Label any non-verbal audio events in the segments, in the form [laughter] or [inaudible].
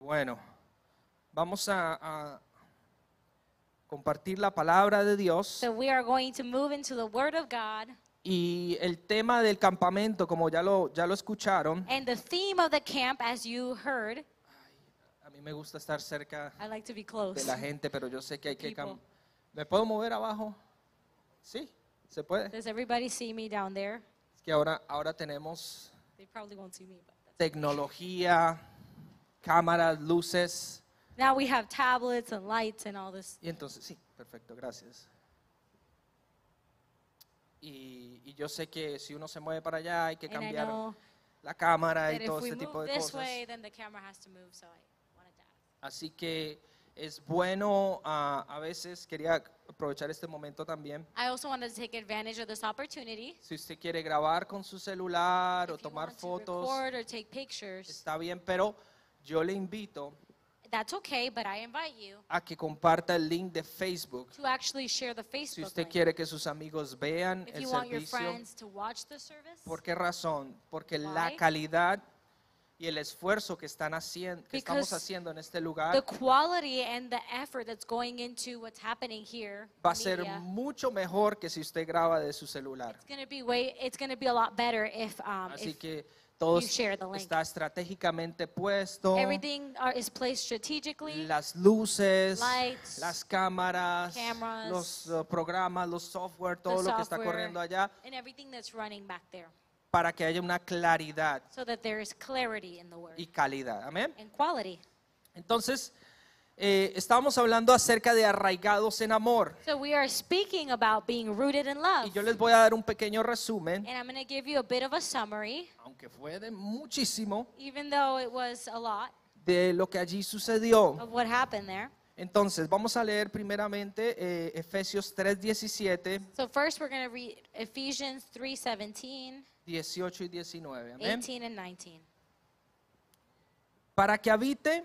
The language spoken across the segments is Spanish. Bueno, vamos a, a compartir la palabra de Dios So we are going to move into the Word of God. y el tema del campamento, como ya lo, ya lo escucharon, And the theme of the camp, as you heard, a mí me gusta estar cerca I like to be de close. la gente, pero yo sé que hay que... cam- People. ¿Me puedo mover abajo? Sí, se puede. Does everybody see me down there? Es que ahora, ahora tenemos They probably won't see me. But that's... tecnología, cámaras, luces. Now we have tablets and lights and all this. Y entonces, sí, perfecto, gracias. Y, y yo sé que si uno se mueve para allá hay que And I cambiar know la cámara that y if todo we ese move tipo de this cosas. way, then the camera has to move. So I wanted to ask. Así que es bueno, ah, a veces quería aprovechar este momento también. I also wanted to take advantage of this opportunity. Si usted quiere grabar con su celular o If you tomar want to fotos, record or take pictures, está bien, pero yo le invito that's okay. But I invite you a que comparta el link de Facebook. to actually share the Si Facebook usted link. quiere que sus amigos vean If el you want your servicio, friends to watch the service, ¿Por qué razón? Porque la Why? calidad y el esfuerzo que están haciendo, que estamos Because haciendo en este the lugar quality and the effort that's going into what's happening here, va a ser media, mucho mejor que si usted graba de su celular. it's going to be way, it's going to be a lot better if, um, Así if que todo you share the link. está estratégicamente puesto, everything are, is placed strategically. las luces, lights, las cámaras, cameras, los eh, programas, los software, the todo lo que está software, corriendo allá, and everything that's running back there, para que haya una claridad so that there is clarity in the word y calidad. Amén. and quality. Entonces, eh, estábamos hablando acerca de arraigados en amor. So we are speaking about being rooted in love, Y yo les voy a dar un pequeño resumen, and I'm going to give you a bit of a summary, aunque fue de muchísimo, even though it was a lot de lo que allí sucedió. of what happened there. Entonces, vamos a leer primeramente eh, Efesios 3, 17, So first we're going to read Ephesians 3:17, 18 y 19. Amén. 18 and 19. Para que habite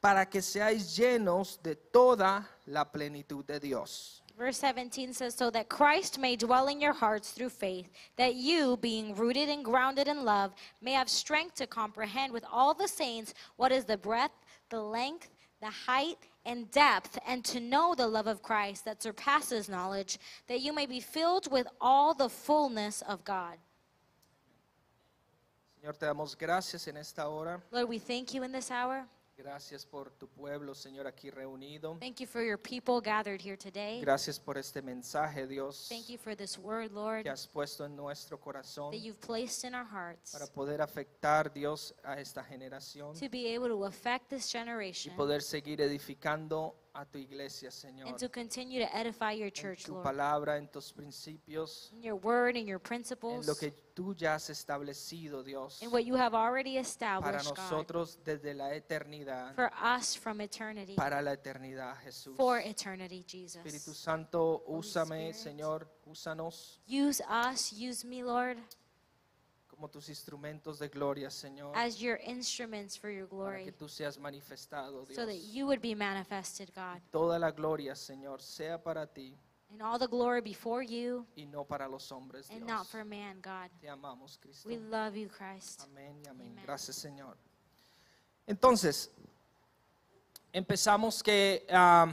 para que seáis llenos de toda la plenitud de Dios. Verse 17 says, So that Christ may dwell in your hearts through faith, that you, being rooted and grounded in love, may have strength to comprehend with all the saints what is the breadth, the length, the height, and depth, and to know the love of Christ that surpasses knowledge, that you may be filled with all the fullness of God. Señor, te damos gracias en esta hora. Lord, we thank you in this hour. Gracias por tu pueblo, Señor, aquí reunido. Thank you for your people gathered here today. Gracias por este mensaje, Dios, Thank you for this word, Lord, que has puesto en nuestro corazón that you've placed in our hearts para poder afectar, Dios, a esta generación to be able to affect this y generation poder seguir edificando a tu iglesia, Señor. and to continue to edify your En church, tu Lord. palabra, en tus principios, In your word and your en lo principles que tú ya has establecido, Dios, and what you have already para established, God, nosotros desde la eternidad, for us from eternity, para la eternidad, Jesús. for eternity, Espíritu Jesus. Santo, Holy úsame, Spirit. Señor, úsanos. Use us, use me, Lord, como tus instrumentos de gloria, Señor, as your instruments for your para que glory, tú seas manifestado, Dios. so that you would be manifested, God, Toda la gloria, Señor, sea para ti and all the glory before you y no para los hombres, and not Dios. for man, God. Te amamos, Cristo. We love you, Christ. Amén y amén. Amen. Gracias, Señor. Entonces, empezamos que ah,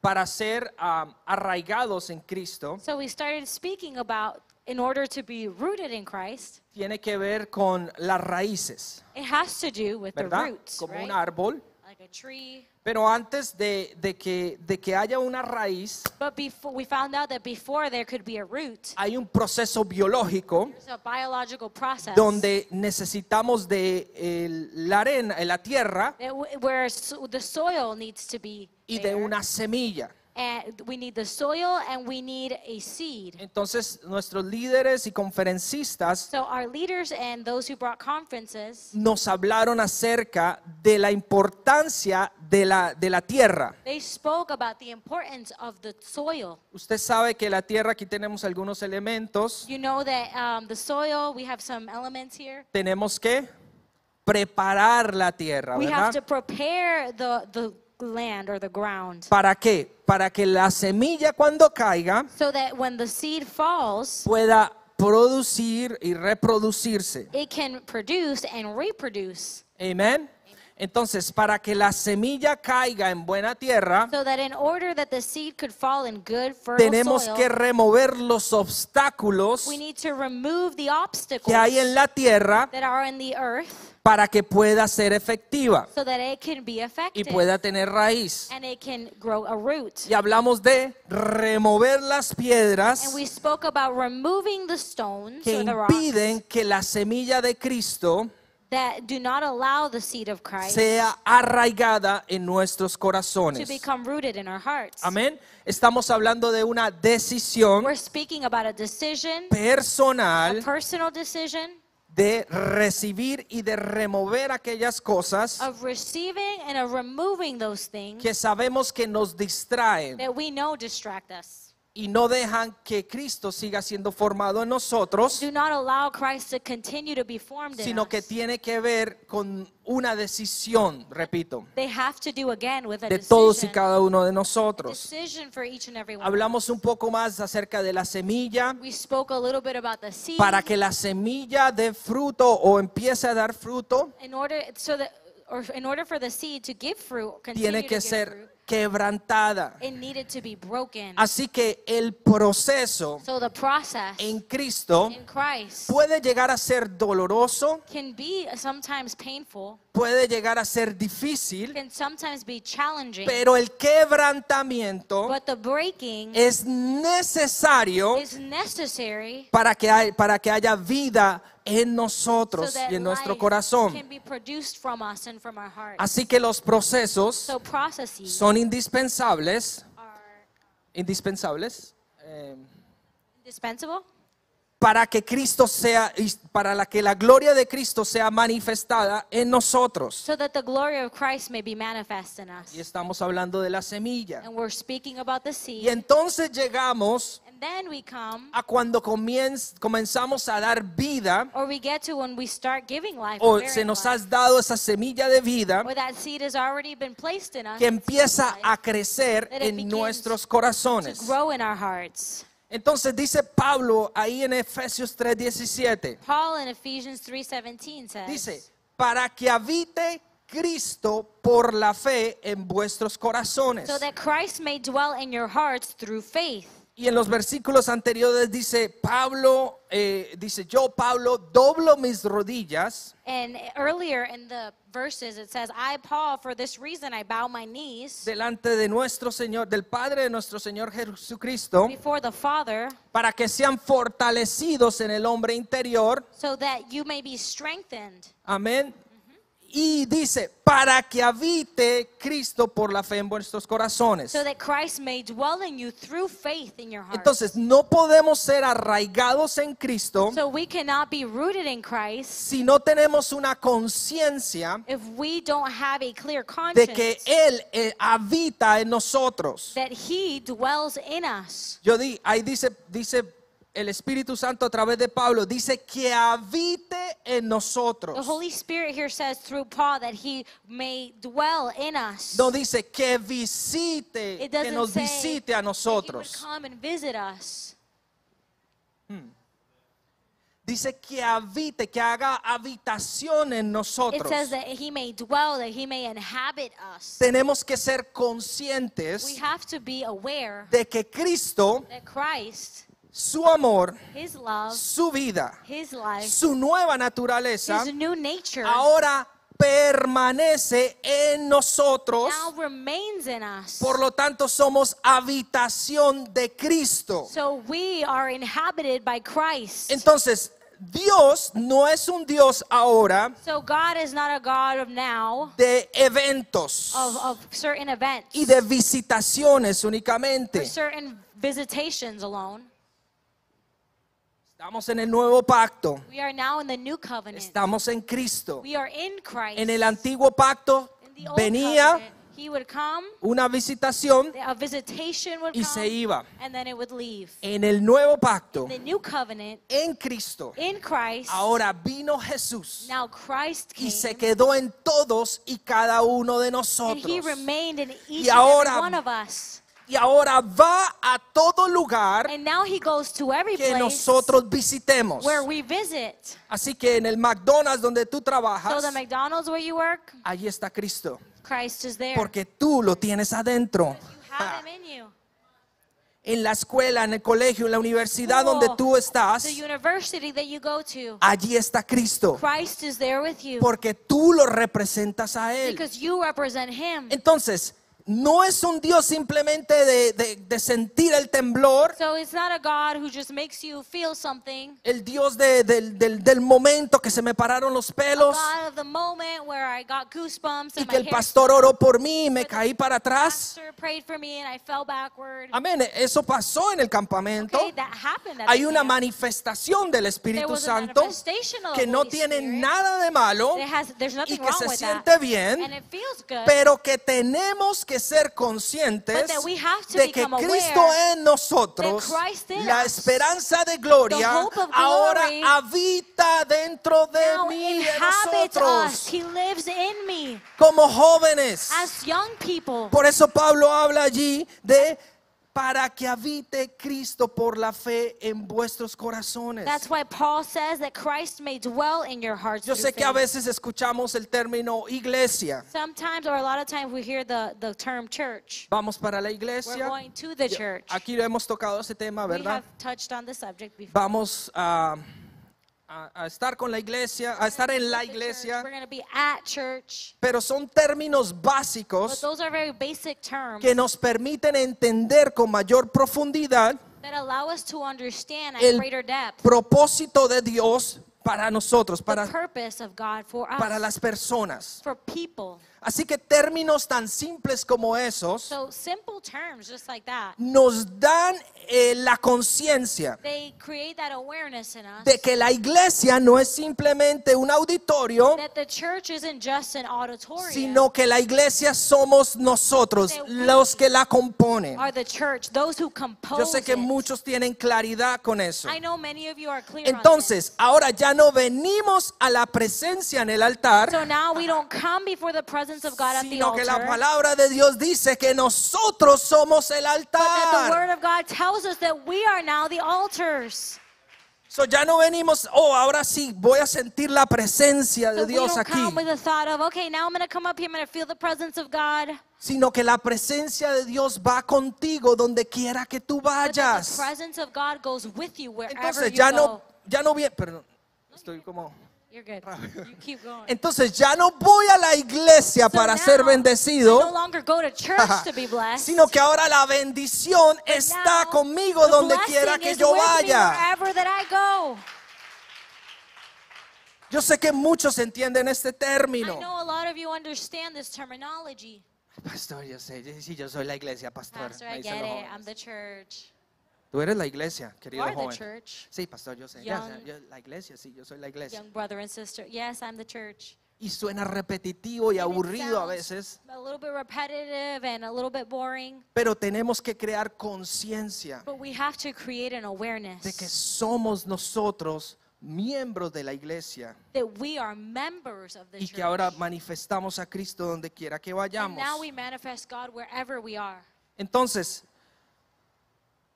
para ser ah, arraigados en Cristo So we started speaking about in order to be rooted in Christ, tiene que ver con las raíces, it has to do with the ¿verdad? roots, Como un right? árbol. Like a tree. Pero antes de, de que, de que haya una raíz, But before we found out that before there could be a root, hay un proceso biológico there's a biological process donde necesitamos de el- la arena, eh, la tierra that w- where so- the soil needs to be y de there una semilla. and we need the soil and we need a seed. Entonces nuestros líderes y conferencistas So our leaders and those who brought conferences, nos hablaron acerca de la importancia de la, de la tierra. they spoke about the importance of the soil. Usted sabe que la tierra, aquí tenemos algunos elementos, You know that um, the soil, we have some elements here. tenemos que preparar la tierra, We have to ¿verdad? prepare the, the land or the ground ¿Para qué? Para que la semilla cuando caiga so that when the seed falls, pueda producir y reproducirse. it can produce and reproduce. Amén. Entonces, para que la semilla caiga en buena tierra, So that in order that the seed could fall in good fertile tenemos que soil, remover los obstáculos we need to remove the obstacles que hay en that la tierra are in the earth para que pueda ser efectiva so that it can be y effective pueda tener raíz. and it can grow a root. Y hablamos de remover las piedras And we spoke about removing the stones que or the rocks impiden que la semilla de Cristo that do not allow the seed of Christ sea arraigada en nuestros to corazones. become rooted in our hearts. Amén. Estamos hablando de una decisión We're speaking about a decision, a personal personal decision de recibir y de remover aquellas cosas of receiving and of removing those things que sabemos que nos distraen that we know distract us. y no dejan que Cristo siga siendo formado en nosotros, Do not allow Christ to continue to be formed in sino que us. tiene que ver con una decisión, repito, They have to do again with a de todos y decision, cada uno de nosotros. decision for each and every one. Hablamos un poco más acerca de la semilla We spoke a little bit about the seed para que la semilla dé fruto o empiece a dar fruto, in order so that or in order for the seed to give fruit, continue tiene to que give fruit, ser quebrantada. it needed to be broken. Así que el proceso So the process en Cristo in Christ puede llegar a ser doloroso, can be sometimes painful, puede llegar a ser difícil, can sometimes be challenging, pero el quebrantamiento but the breaking es necesario is necessary para que, hay- para que haya vida en so nosotros that y en nuestro life can corazón. be produced from us and from our hearts. Así que los procesos So processes son indispensables, are indispensables, eh, indispensable para que Cristo sea, y para la que la gloria de Cristo sea manifestada en nosotros. so that the glory of Christ may be manifest in Y us. estamos hablando de la semilla. And we're speaking about the Y seed. entonces llegamos And then we come, a cuando comienz- comenzamos a dar vida, or we get to when we start giving life, o bearing Oh, se nos life, has dado esa semilla de vida or that seed has already been placed in us que empieza life, a crecer that it en begins nuestros to corazones. grow in our hearts. Entonces dice Pablo ahí en Efesios 3:17, Paul in Ephesians 3:17 says, dice, para que habite Cristo por la fe en vuestros corazones. "So that Christ may dwell in your hearts through faith." Y en los versículos anteriores dice Pablo, eh, dice yo Pablo doblo mis rodillas And earlier in the verses it says, "I Paul, for this reason I bow my knees delante de nuestro Señor, del Padre de nuestro Señor Jesucristo, before the Father, para que sean fortalecidos en el hombre interior, so that you may be strengthened." amén. Y dice, para que habite Cristo por la fe en vuestros corazones. So that Christ may dwell in you through faith in your heart. Entonces, no podemos ser arraigados en Cristo so we cannot be rooted in Christ si no tenemos una conciencia if we don't have a clear conscience de que Él eh, habita en nosotros. that He dwells in us. Yo di, ahí dice, dice el Espíritu Santo a través de Pablo, dice que habite en The nosotros. Holy Spirit here says through Paul that He may dwell in us. No dice que visite, it que doesn't nos say visite a that He would nosotros. come and visit us. Dice que habite, que haga habitación en It nosotros. says that He may dwell, that He may inhabit us. Tenemos que ser We conscientes have to be aware de que Cristo, that Christ, su amor, His love, su vida, His life, su nueva naturaleza, His new nature ahora permanece en nosotros. now remains in us. Por lo tanto, somos habitación de Cristo. So we are inhabited by Christ. Entonces, Dios no es un Dios ahora So God is not a God of now, de eventos of, of certain events, y de visitaciones únicamente. certain visitations alone. Estamos en el nuevo pacto. We are now in the new covenant. Estamos en Cristo. We are in Christ. En el antiguo pacto in the old venía covenant, he would come, una visitación a visitation would y come, se iba. and then it would leave. En el nuevo pacto, In the new covenant, en Cristo, in Christ, ahora vino Jesús now Christ came, y se quedó en todos y cada uno de and he nosotros. remained in each Y and ahora- every one of us. Y ahora va a todo lugar And now he goes to every que place nosotros visitemos. where we visit. Así que en el McDonald's donde tú So trabajas, the McDonald's where you work, allí está Cristo, Christ is there. porque ah, tú lo tienes adentro. you have him in you. En la escuela, en el colegio, en la universidad donde School, tú estás, Oh, The university that you go to, allí está Cristo, Christ is there with you porque tú lo representas a Él. because you represent him. Entonces, no es un Dios simplemente de, de- de sentir el temblor, So it's not a God who just makes you feel something. el Dios de- del- del- del momento que se me pararon los pelos God of the moment where I got goosebumps y and que my el hair pastor oró por mí y me caí para atrás. pastor prayed for me and I fell backward. Amén, eso pasó en el campamento. Okay, that happened. That Hay una day. manifestación del There Espíritu was a Santo manifestation of the que no Holy tiene Spirit. nada de malo, It has- there's y nothing que wrong se with siente that. bien, and it feels good. pero que tenemos que ser conscientes But that we have to de que become aware Cristo en nosotros, that Christ in la us, esperanza de gloria, hope of ahora glory, habita dentro de now mí, de inhabits us. nosotros, He lives in me. como jóvenes. As young people, Por eso Pablo habla allí de para que habite Cristo por la fe en vuestros corazones. that's why Paul says that Christ may dwell in your hearts. Yo through sé que a faith. veces escuchamos el término iglesia. Sometimes or a lot of times we hear the, the term church. Vamos para la We're iglesia. going to the church. Aquí lo hemos tocado ese tema, We ¿verdad? have touched on the subject before. Vamos a, a- a estar con la iglesia, a estar en la The church, iglesia, We're going to be at church. pero son términos But básicos those are very basic terms que nos permiten entender con mayor profundidad that allow us to understand at el greater depth propósito de Dios para nosotros, the para, purpose of God for us, para las personas. for people. Así que términos tan simples como esos So simple terms, just like that, nos dan eh, la conciencia they create that awareness in us de que la iglesia no es simplemente un auditorio, that the church isn't just an auditorium. sino que la iglesia somos nosotros, los que la componen. are the church, those who compose Yo sé que it. muchos tienen claridad con eso. I know many of you are clear on this. Entonces, ahora ya no venimos a la presencia en el So altar, now we don't come before the presence of God at the sino que altar. la palabra de Dios dice que nosotros somos el that the altar. word of God tells us that we are now the altars. So, ya no venimos, oh, ahora sí, voy a sentir la presencia So de we Dios don't aquí, come with the thought of, okay, now I'm going to come up here, I'm going to feel the presence of God. sino que la presencia de Dios va contigo donde quiera que tú But that the vayas. presence of God goes with you wherever Entonces you ya go. no, ya no viene, perdón, estoy como... You're good. You keep going. [laughs] Entonces ya no voy a la iglesia So para now, ser I no bendecido, longer go [laughs] to church to be blessed. sino que ahora la bendición but está Pues now conmigo the donde blessing quiera que is yo with me vaya. wherever that I go. Yo sé que muchos entienden este I término. know a lot of you understand this terminology. Pastor, yo sé, yo- sí, yo soy la iglesia, pastor. Pastor, me dicen I get los it. jóvenes. I'm the church. Tú eres la iglesia, querido are the joven. church. Sí, pastor, yo sé. ya sé, Young. yo- la iglesia, sí, yo soy la iglesia. Young brother and sister. Yes, I'm the church. Y suena repetitivo y And it aburrido a sounds veces, A little bit repetitive and a little bit boring, pero tenemos que crear conciencia but we have to create an de que awareness somos nosotros miembros de la iglesia. that we are members of the y church. que ahora manifestamos a Cristo donde quiera que and vayamos. now we manifest God wherever we are. Entonces,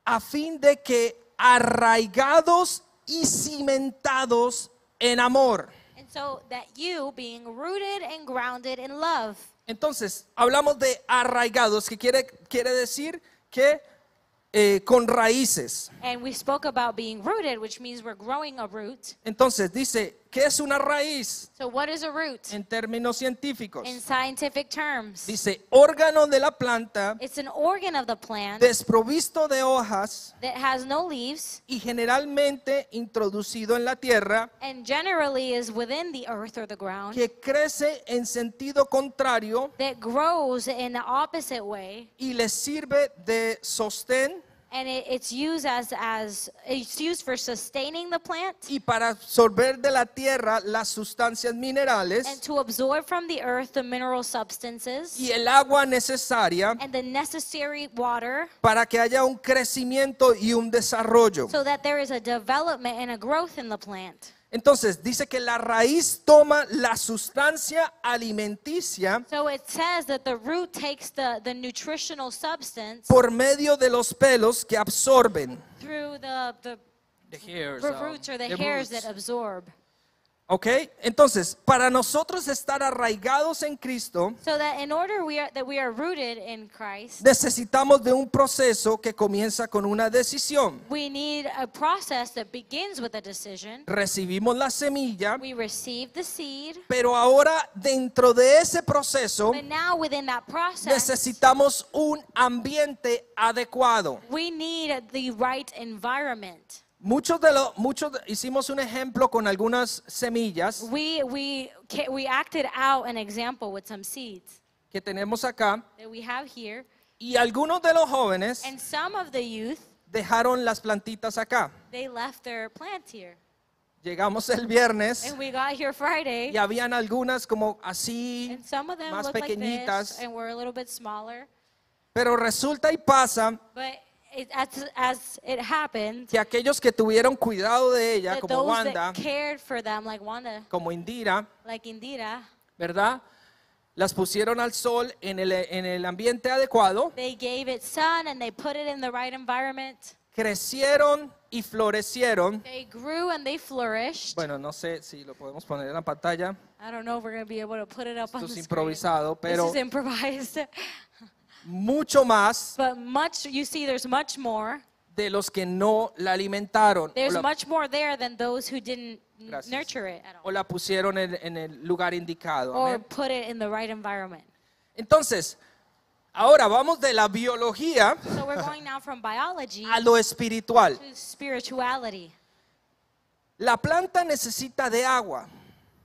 a fin de que arraigados y cimentados en amor. And so that you being rooted and grounded in love. Entonces, hablamos de arraigados, que quiere, quiere decir que eh, con raíces. And we spoke about being rooted, which means we're growing a root. Entonces, dice, ¿Qué es una raíz So, what is a root? en términos científicos? In scientific terms, Dice, órgano de la planta it's an organ of the plant desprovisto de hojas that has no leaves y generalmente introducido en la tierra and generally is within the earth or the ground que crece en sentido contrario that grows in the opposite way y le sirve de sostén and it, it's used as, as it's used for sustaining the plant y para absorber de la tierra las sustancias and minerales to absorb from the earth the mineral substances y el agua necesaria and the necessary water para que haya un crecimiento y un desarrollo. so that there is a development and a growth in the plant. Entonces dice que la raíz toma la sustancia alimenticia So it says that the root takes the, the nutritional substance por medio de los pelos que absorben. through the, the The hairs, r- roots or the hairs that absorb. Ok, entonces para nosotros estar arraigados en Cristo So that in order we are, that we are rooted in Christ, necesitamos de un proceso que comienza con una decisión. we need a process that begins with a decision. Recibimos la semilla, We receive the seed, pero ahora dentro de ese proceso but now within that process, necesitamos un ambiente adecuado. we need the right environment. Muchos de los, muchos de- hicimos un ejemplo con algunas semillas We, we, ca- we acted out an example with some seeds que tenemos acá that we have here. y algunos de los jóvenes And some of the youth, dejaron las plantitas acá. they left their plant here. Llegamos el viernes And we got here Friday, y habían algunas como así, and some of them más looked like pequeñitas. this, and were a little bit smaller. pero resulta y pasa But it, as, as it happened, que aquellos que tuvieron cuidado de ella, that como those Wanda, that cared for them, like Wanda, como Indira, like Indira, ¿verdad? Las pusieron al sol en el, en el ambiente adecuado, they gave it sun and they put it in the right environment. crecieron y florecieron. They grew and they flourished. Bueno, no sé si lo podemos poner en la pantalla. I don't know if we're going to be able to put it up on Esto the es screen. improvisado, this pero is improvised. [laughs] mucho más but much, you see, there's much more. de los que no la alimentaron o There's la, much more there than those who didn't n- Gracias. nurture it at all. o la pusieron en, en el lugar indicado. or amén. put it in the right environment. Entonces, ahora vamos de la biología So we're going now from biology a lo espiritual. to spirituality. La planta necesita de agua.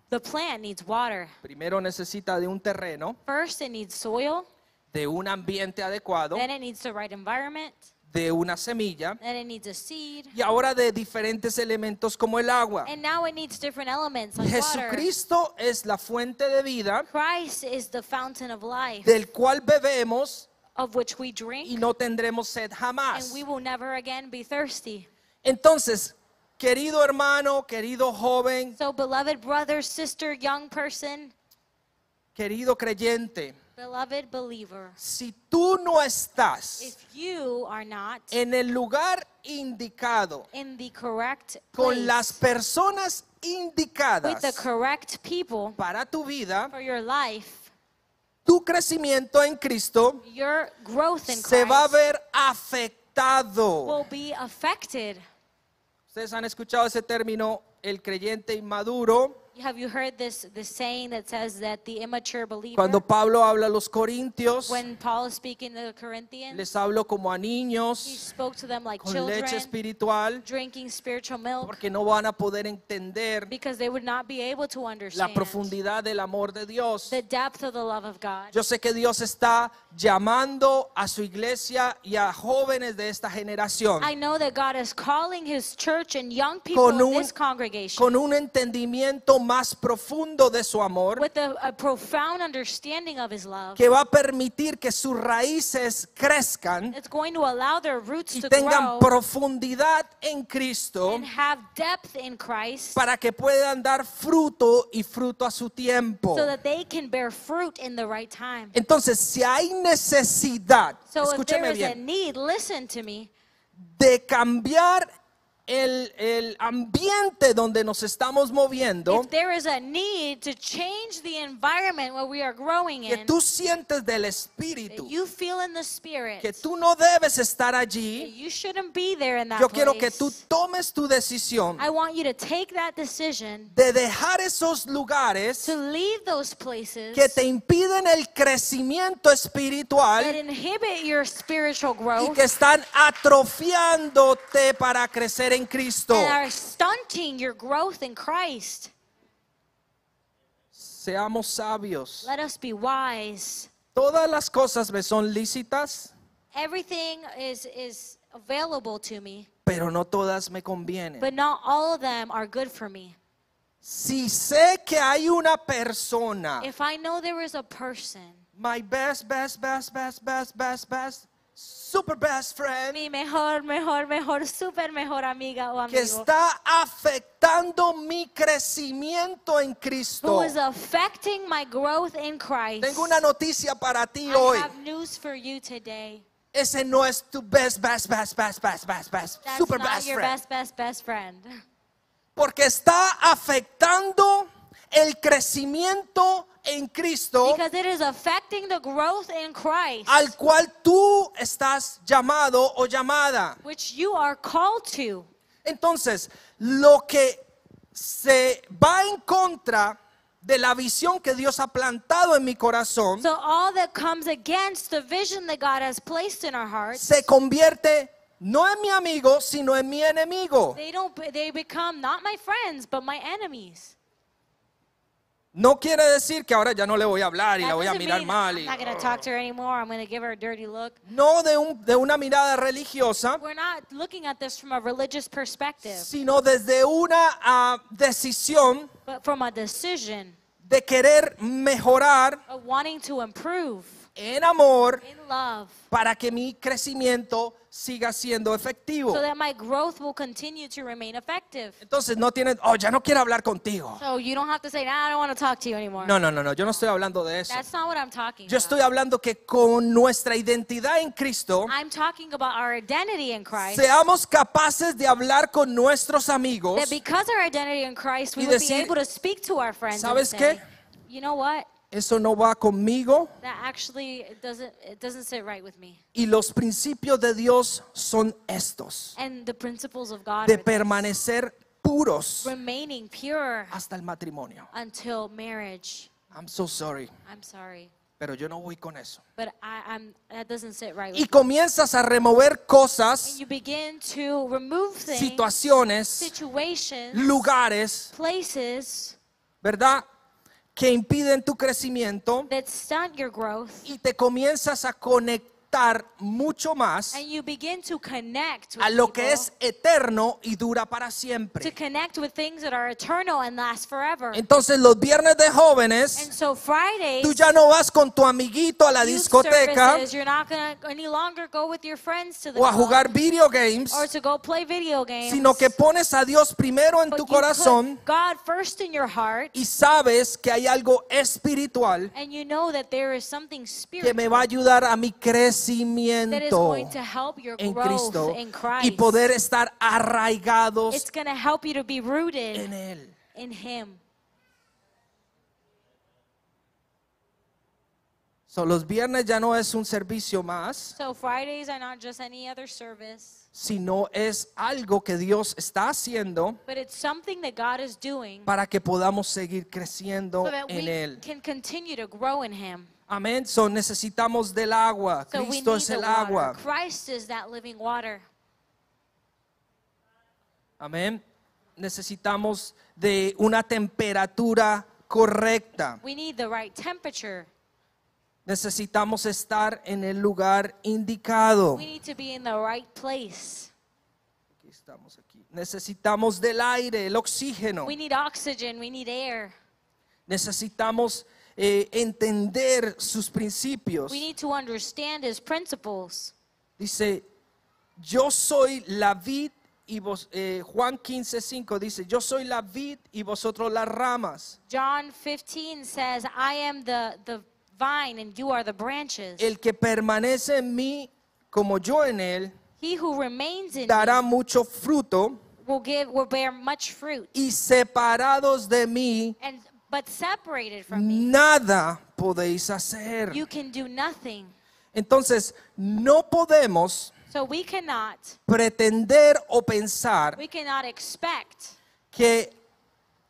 The plant needs water. Primero necesita de un terreno, First, it needs soil, de un ambiente adecuado, then it needs the right environment, de una semilla then it needs a seed, y ahora de diferentes elementos como el agua. and now it needs different elements like water. Jesucristo es la fuente de vida Christ is the fountain of life del cual bebemos of which we y drink, no tendremos sed and jamás. we will never again be thirsty. Entonces, querido hermano, querido joven, So, beloved brother, sister, young person, querido creyente, beloved believer, si tú no estás if you are not en el lugar indicado, in the correct con las place personas with the indicadas correct people para tu vida, for your life, tu crecimiento en Cristo your growth in se va a Christ ver afectado. will be affected. Ustedes han escuchado ese término, el creyente inmaduro. Have you heard this this saying that says that the immature believer, Cuando Pablo habla a los corintios, when Paul is speaking to the Corinthians, les hablo como a he niños spoke to them like con children, leche espiritual, drinking spiritual milk, porque no van a poder entender because they would not be able to la understand profundidad del amor de Dios. the depth of the love of God. Yo sé que Dios está llamando a su iglesia y a jóvenes de esta generación I know that God is calling His church and young people Con in un- this congregation con un entendimiento más profundo de su amor with a, a profound understanding of His love. que va a permitir que sus raíces crezcan It's going to allow their roots y to tengan grow profundidad en Cristo and have depth in Christ para que puedan dar fruto y fruto a su tiempo. so that they can bear fruit in the right time. Entonces, si hay necesidad, So if there escúcheme is a bien, need, listen to me, de cambiar el, el ambiente donde nos estamos moviendo, if there is a need to change the environment where we are growing que in, tú sientes del that Espíritu, you feel in the spirit, que tú no debes estar that allí, you shouldn't be there in that yo quiero que place. tú tomes tu decisión I want you to take that decision de dejar esos lugares to leave those places que te impiden el crecimiento that espiritual inhibit your spiritual y growth que están atrofiándote para crecer en Cristo. and are stunting your growth in Christ. Seamos sabios. Let us be wise. Todas las cosas me son lícitas, Everything is is available to me, pero no todas me convienen. but not all of them are good for me. Si sé que hay una persona, If I know there is a person, my best, best, best, best, best, best, best, super best friend, mi mejor, mejor, mejor, super mejor amiga o que amigo, está afectando mi crecimiento en Cristo. who is affecting my growth in Christ, Tengo una noticia para ti I hoy. have news for you today. Ese no es tu best, best, best, best, best, best, best, That's super not best your friend. best, best, best friend. Porque está afectando el crecimiento en Cristo Because it is affecting the growth in Christ, al cual tú estás llamado o llamada. which you are called to. Mm-hmm. Entonces, lo que se va en contra de la visión que Dios ha plantado en mi corazón So all that comes against the vision that God has placed in our hearts, se convierte no en mi amigo, sino en mi enemigo. they don't be- they become not my friends, but my enemies. No quiere decir que ahora ya no le voy a hablar y That la voy a doesn't mirar mean mal. I'm y- not going to talk to her anymore. I'm going to give her a dirty look. No de, un- de una mirada religiosa, We're not looking at this from a religious perspective, sino desde una ah, decisión but from a decision de querer mejorar of wanting to improve en amor in love para que mi crecimiento siga siendo efectivo. so that my growth will continue to remain effective. Entonces no tienen, oh, ya no quiero hablar contigo. So you don't have to say, nah, I don't want to talk to you anymore. No, no, no, no, yo no estoy hablando de eso. That's not what I'm talking Yo about. estoy hablando que con nuestra identidad en Cristo I'm talking about our identity in Christ. seamos capaces de hablar con nuestros amigos That because our identity in Christ, we Y would be decir, able to speak to our friends and "¿Sabes say, qué? you know what? eso no va conmigo That actually it doesn't it doesn't sit right with me. y los principios de Dios son estos, And the principles of God de are this. permanecer puros remaining pure hasta el matrimonio. until marriage. I'm so sorry, I'm sorry, pero yo no voy con eso. but I, I'm that doesn't sit right Y with me. comienzas a remover And cosas, you begin to remove things, situaciones, situations, lugares, places ¿verdad? Que impiden tu crecimiento that stunt your growth, y te comienzas a conectar mucho más and you begin to connect with a lo que people, es eterno y dura para to siempre. connect with things that are eternal and last forever. Entonces los viernes de And jóvenes, so Fridays, tú ya no vas con tu amiguito a la youth discoteca services, you're not gonna any longer go with your friends to the o a club jugar video games, or to go play video games. sino que pones a Dios primero en But tu you put corazón God first in your heart, y sabes que hay algo espiritual and you know that there is something que spiritual me va a ayudar a mi that is crecimiento going to help your en growth Cristo in y Christ. poder estar arraigados It's going to help you to be rooted en Él. in Him. So, los viernes ya no es un servicio más, So Fridays are not just any other service, sino es algo que Dios está haciendo but it's something that God is doing para que podamos seguir creciendo so that en we Él. can continue to grow in Him. Amén. So, necesitamos del agua. So we need Cristo es the el water. agua. Christ is that living water. Amén. Necesitamos de una temperatura correcta. We need the right temperature. Necesitamos estar en el lugar indicado. We need to be in the right place. Aquí estamos aquí. Necesitamos del aire, el oxígeno. We need oxygen. We need air. Necesitamos eh, entender sus principios. We need to understand his principles. Dice, yo soy la vid y vos, eh, Juan 15:5 dice, yo soy la vid y vosotros las ramas. John 15 says, I am the, the vine and you are the branches. El que permanece en mí como yo en él He who remains in me dará mucho fruto will give will bear much fruit. y separados de mí And but separated from me, nada podéis hacer. you can do nothing. Entonces, no podemos So we cannot pretender o pensar we cannot expect que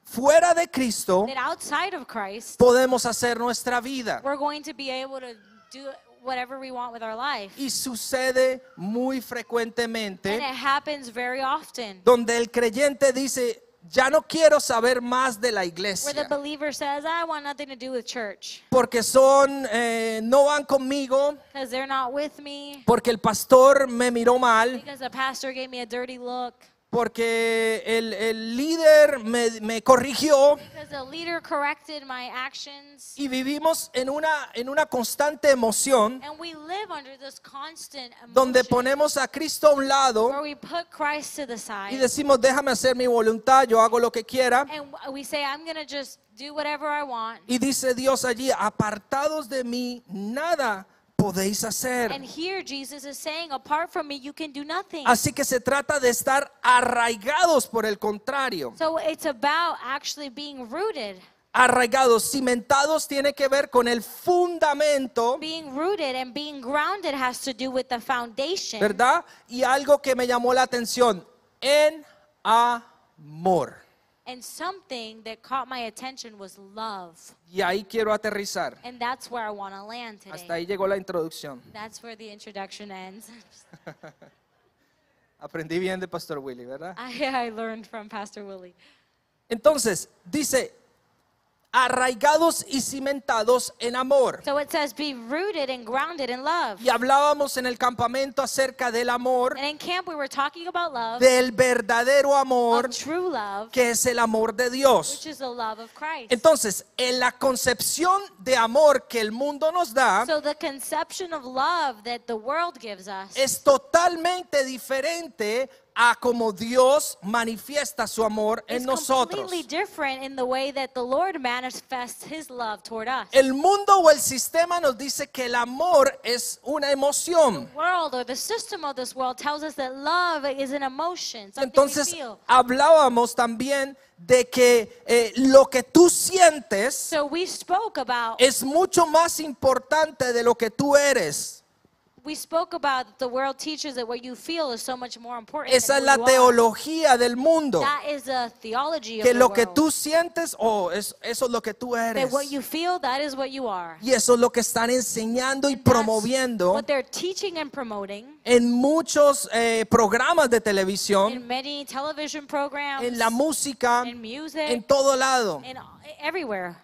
fuera de Cristo that outside of Christ podemos hacer nuestra vida. we're going to be able to do whatever we want with our life. Y sucede muy And frecuentemente it happens very often donde el creyente dice, ya no quiero saber más de la where the iglesia, believer says, I want nothing to do with church porque son, eh, no van conmigo, because they're not with me, porque el pastor me miró mal, because the pastor gave me a dirty look, porque el, el líder me, me corrigió because the leader corrected my actions. y vivimos en una, en una constante emoción And we live under this constant donde emotion ponemos a Cristo a un lado where we put Christ to the y side decimos, déjame hacer mi voluntad, yo hago lo que quiera. and w- we say, I'm going to just do whatever I want. Y dice Dios allí, apartados de mí, nada podéis And hacer. here Jesus is saying, apart from me, you can do nothing. Así que se trata de estar arraigados por el contrario. So it's about actually being rooted. Arraigados, cimentados tiene que ver con el fundamento, Being rooted and being grounded has to do with the foundation. ¿verdad? Y algo que me llamó la atención, en amor. And something that caught my attention was love. Y ahí quiero aterrizar. And that's where I want to land today. Hasta ahí llegó la introducción. That's where the introduction ends. [laughs] Aprendí bien de Pastor Willy, ¿verdad? I, I learned from Pastor Willie. Entonces, dice, arraigados y cimentados en amor. So it says, be rooted and grounded in love. Y hablábamos en el campamento acerca del amor, And in camp, we were talking about love, del verdadero amor, of true love, que es el amor de Dios. which is the love of Christ. Entonces, en la concepción de amor que el mundo nos da, So the conception of love that the world gives us es totalmente diferente a como Dios manifiesta su amor en is nosotros. completely different in the way that the Lord manifests His love toward us. El mundo o el sistema nos dice que el amor es una emoción. world or the system of this world tells us that love is an emotion, something Entonces we feel. hablábamos también de que eh, lo que tú sientes So we spoke about es mucho más importante de lo que tú eres. we spoke about that the world teaches that what you feel is so much more important. than Esa es who la you are. teología del mundo, That is a theology que of the lo que world. tú sientes, oh, es- eso es lo que tú that eres. what you feel, that is what you are. Y eso es lo que están enseñando y And that's promoviendo what they're teaching and promoting en muchos eh, programas de televisión, in many television programs, en la música, in music, en todo lado. and everywhere.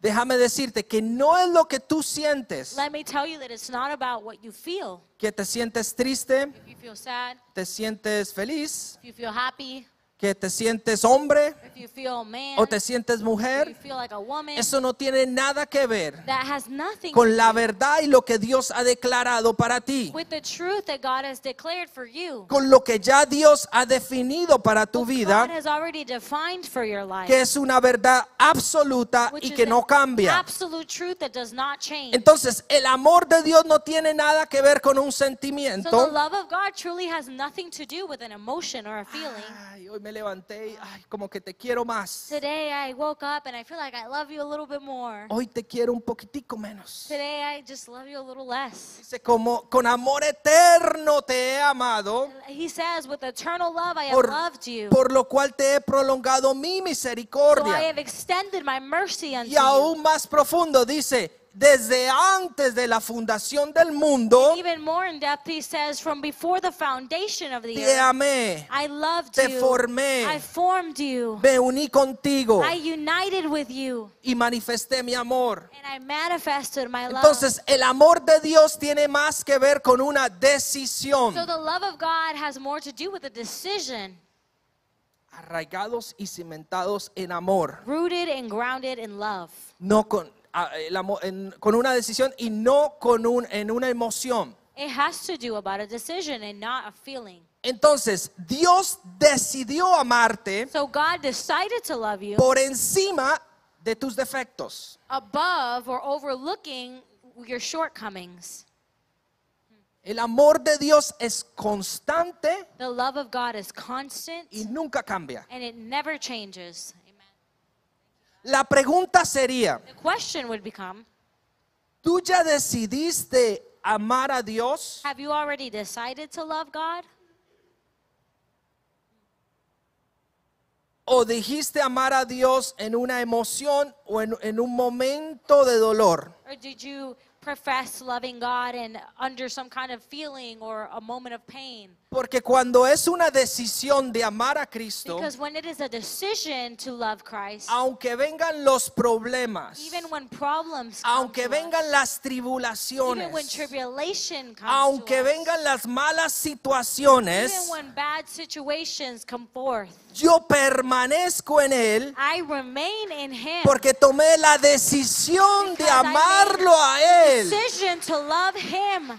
Déjame decirte que no es lo que tú sientes, Let me tell you that it's not about what you feel. que te sientes triste, If you feel sad, te sientes feliz, if you feel happy, que te sientes hombre if you feel man, o te sientes if you mujer, feel like a woman, eso no tiene nada que ver that has nothing to con la do verdad y lo que Dios ha declarado para ti, with the truth that God has declared for you. con lo que ya Dios ha definido para tu What God vida, has already defined for your life, que es una verdad absoluta which y is que an no cambia. absolute truth that does not change. Entonces, el amor de Dios no tiene nada que ver con un so the sentimiento. love of God truly has nothing to do with an emotion or a feeling. Ay, hoy me levanté y ay, como que te quiero más. Today I woke up and I feel like I love you a little bit more. Hoy te quiero un poquitico menos. Today I just love you a little less. Dice, como con amor eterno te he amado, He says, with eternal love I have por, loved you. por lo cual te he prolongado mi So I misericordia. have extended my mercy unto Y you. aún más profundo, dice, desde antes de la fundación del mundo, Even more in depth, he says, from before the foundation of the te earth, amé, I loved te you. formé. I formed you. me uní contigo I united with you. y manifesté mi amor. And I manifested my love. Entonces, el amor de Dios tiene más que ver con una so decisión. the love of God has more to do with a decision Arraigados y cimentados en amor. rooted and grounded in love. no con, ah, el amo- en- con una decisión y no con un, en una emoción. It has to do about a decision and not a feeling. Entonces, Dios decidió amarte So God decided to love you por encima de tus defectos. above or overlooking your shortcomings. El amor de Dios es constante The love of God is constant y nunca cambia. and it never changes. Amen. La pregunta sería, The question would become ¿tú ya decidiste amar a Dios? Have you already decided to love God? ¿O dijiste amar a Dios en una emoción o en, en un momento de dolor? Or did you profess loving God and under some kind of feeling or a moment of pain? Porque cuando es una decisión de amar a Cristo, Because when it is a decision to love Christ, aunque vengan los problemas, even when problems come, aunque to vengan las us, even when tribulaciones, tribulation comes, to aunque us, vengan las malas even situaciones, when bad situations come forth, yo permanezco en Él I remain in Him. porque tomé la decisión de Because I made amarlo a Él. Decision to love Him.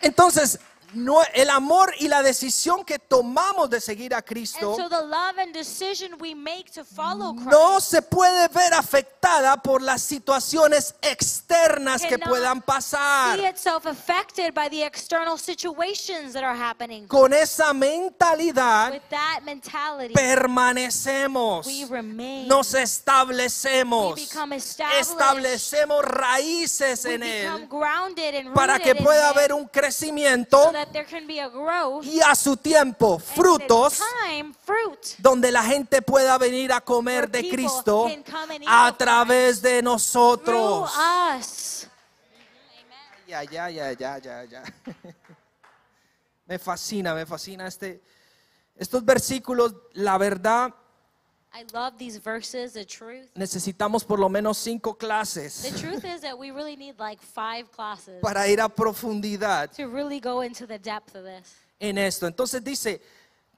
Entonces, no, el amor y la decisión que tomamos de seguir a Cristo And so the love and decision we make to follow Christ no se puede ver afectada por las situaciones externas que Cannot puedan pasar. see itself affected by the external situations that are happening. Con esa mentalidad With that mentality, permanecemos, we remain. nos establecemos, We become established. establecemos raíces we en become Él grounded and para rooted que pueda in Him haber un so crecimiento that there can be a growth y a su tiempo frutos and in time, fruit. donde la gente pueda venir a comer Where de people Cristo can come and eat a of través de Through nosotros. us. Ya, ya, ya, ya, ya, ya. [laughs] Me fascina, me fascina este, estos versículos. La verdad, I love these verses, the truth. necesitamos por lo menos cinco The clases truth is that we really need like five classes para ir a profundidad to really go into the depth of this. en esto. Entonces dice,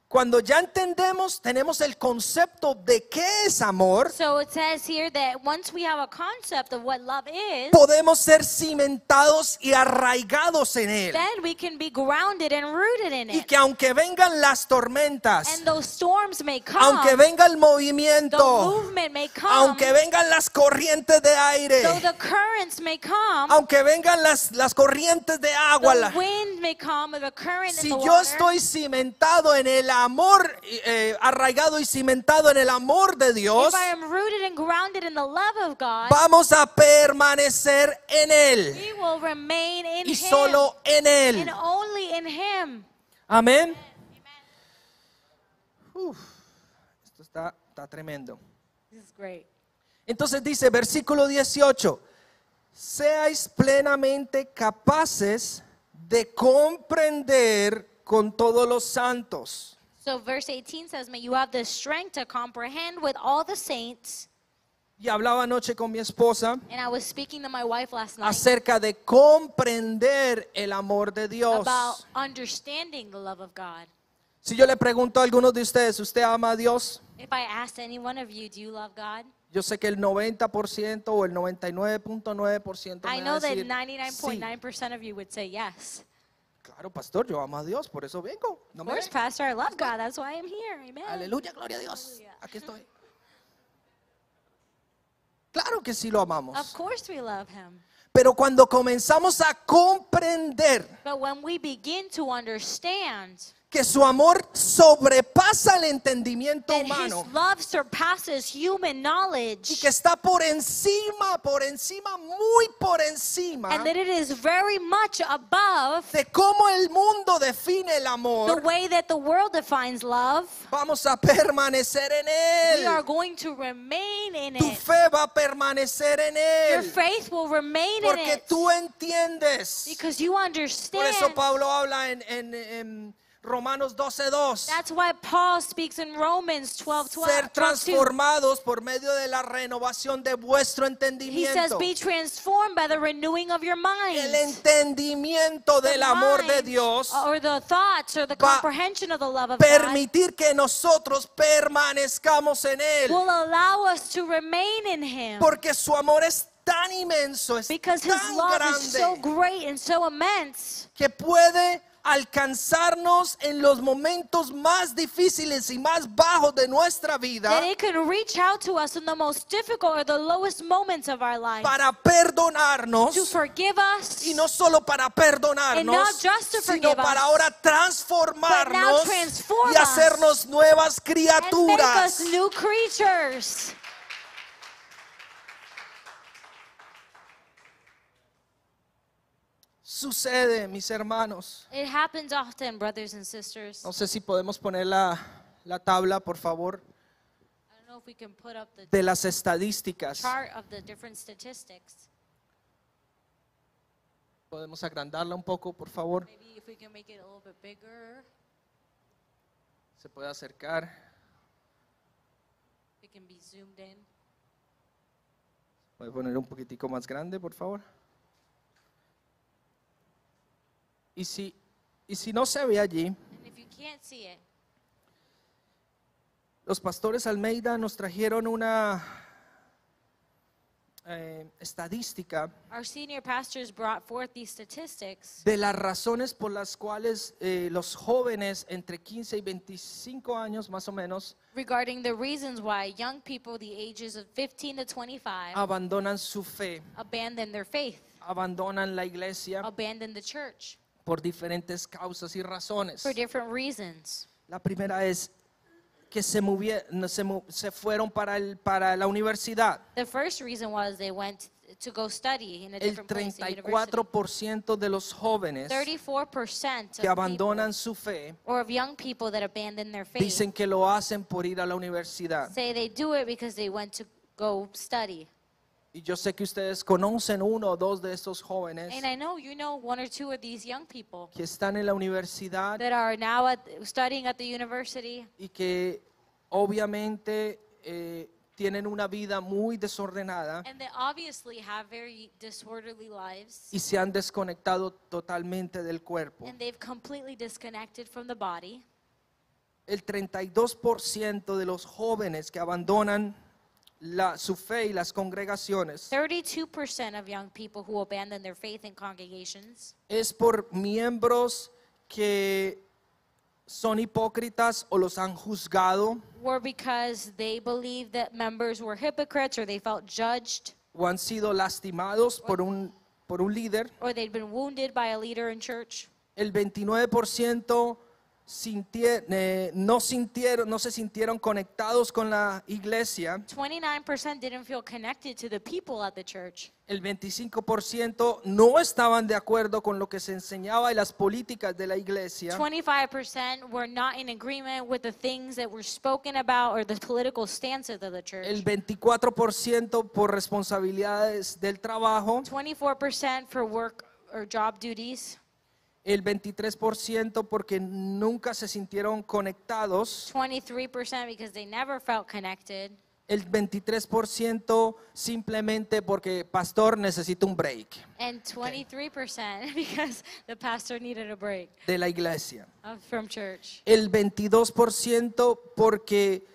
cuando ya entendemos, tenemos el concepto de qué es amor, So it says here that once we have a concept of what love is, podemos ser cimentados y arraigados en él. then we can be grounded and rooted in Y it. que aunque vengan las tormentas, And those storms may come, aunque venga el the movimiento, movement may come, aunque vengan las corrientes de though aire, the currents may come, aunque vengan las, las corrientes de agua, the la- wind may come, or the current si in the yo water. estoy cimentado en el amor, eh, arraigado y cimentado en el amor de Dios, if I am rooted and grounded in the love of God, vamos a permanecer en Él we will remain in y Him solo en and Él. only in Him. Amén. Uf, esto está, está tremendo. This is great. Entonces dice, versículo 18, seáis plenamente capaces de comprender con todos los santos. So verse 18 says, May you have the strength to comprehend with all the saints. Y hablaba anoche con mi esposa And I was speaking to my wife last night acerca de comprender el amor de Dios. about understanding the love of God. Si yo le pregunto a algunos de ustedes, ¿usted ama a Dios? If I asked any one of you, do you love God? Yo sé que el 90% o el 99.9% I me va know a that decir, sí, 99.9% of you would say yes. claro, pastor, yo amo a Dios, por eso vengo. No Of me course, deje. Pastor, I love God. That's why I'm here. Amen. Aleluya, gloria a Dios. Aleluya. Aquí estoy. Claro que sí lo Of amamos. course, we love Him. Pero cuando comenzamos a comprender But when we begin to understand que su amor sobrepasa el entendimiento that His humano love surpasses human y knowledge que está por encima, por encima, muy por encima and that it is very much above de cómo el mundo define el the amor, way that the world defines love, vamos a permanecer en we are él. going to remain in Tu it. fe va a permanecer en él Your faith will remain in porque it tú entiendes. because you Por understand. eso Pablo habla en, en- en Romanos 12:2. That's why Paul speaks in Romans 12 Ser 12, 12 transformados por medio de la renovación de vuestro He says, entendimiento. Be transformed by the renewing of your mind. El entendimiento The del amor de mind uh, Dios Or the thoughts or the va comprehension of the love of God permitir que nosotros permanezcamos en will Él. allow us to remain in Him. Porque su amor es tan inmenso, es Because His tan love is so grande great and so immense que puede alcanzarnos en los momentos más difíciles y más bajos de nuestra vida that it can reach out to us in the most difficult or the lowest moments of our life para to perdonarnos forgive us y no solo para perdonarnos, not just to sino forgive us, para ahora transformarnos transform y hacernos nuevas and make us criaturas. new creatures. Sucede, mis hermanos. It happens often, brothers and sisters. No sé si podemos poner la, la tabla, por favor, I don't know if we can put up the de las estadísticas. chart of the different statistics. Podemos agrandarla un poco, por favor. Maybe if we can make it a little bit bigger, Se puede acercar. it can be zoomed in. Voy a poner un poquitico más grande, por favor. Y si, y si no se ve allí, And if you can't see it, los pastores Almeida nos trajeron una eh, estadística our senior pastors brought forth these statistics de las razones por las cuales eh, los jóvenes entre 15 y 25 años más o menos regarding the reasons why young people the ages of 15 to 25 Um, abandonan su fe, abandon their faith, abandonan la iglesia abandon the church por diferentes causas y razones. for different reasons. La primera es que se, movie- no, se, mu- se fueron para, el, para la universidad. The first reason was they went to go study in a El different place, a university. 34% de los jóvenes 34% que of people, abandonan su fe or of young people that abandon their faith dicen que lo hacen por ir a la universidad. say they do it because they went to go study. Y yo sé que ustedes conocen uno o dos de estos jóvenes And I know you know one or two of these young people que están en la universidad that are now at, studying at the university y que obviamente eh, tienen una vida muy desordenada and they obviously have very disorderly lives y se han desconectado totalmente del cuerpo. and they've completely disconnected from the body. El 32% de los jóvenes que abandonan la- su fe y las congregaciones 32% of young people who abandon their faith in congregations es por miembros que son hipócritas o los han juzgado were because they believed that members were hypocrites or they felt judged o han sido lastimados por un, por un líder. or they'd been wounded by a leader in church. El 29% sintie- eh, no, sintieron, no se sintieron conectados con la iglesia. 29% didn't feel connected to the people at the church. El 25% no estaban de acuerdo con lo que se enseñaba y las políticas de la iglesia. 25% were not in agreement with the things that were spoken about or the political stances of the church. El 24% por responsabilidades del trabajo. 24% for work or job duties. El 23% porque nunca se sintieron conectados. 23% because they never felt connected. El 23% simplemente porque, pastor, necesito un break And 23% [laughs] because the pastor needed a break de la iglesia. of- from church. El 22% porque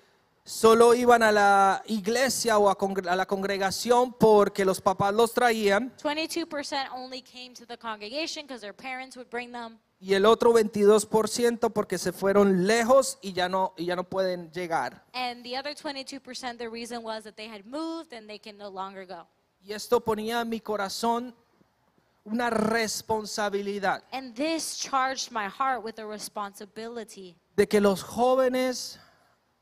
solo iban a la iglesia o a, congre- a la congregación porque los papás los traían. 22% only came to the congregation because their parents would bring them. Y el otro 22% porque se fueron lejos y ya no, y ya no pueden llegar. And the other 22%, the reason was that they had moved and they can no longer go. Y esto ponía en mi corazón una responsabilidad And this charged my heart with a responsibility de que los jóvenes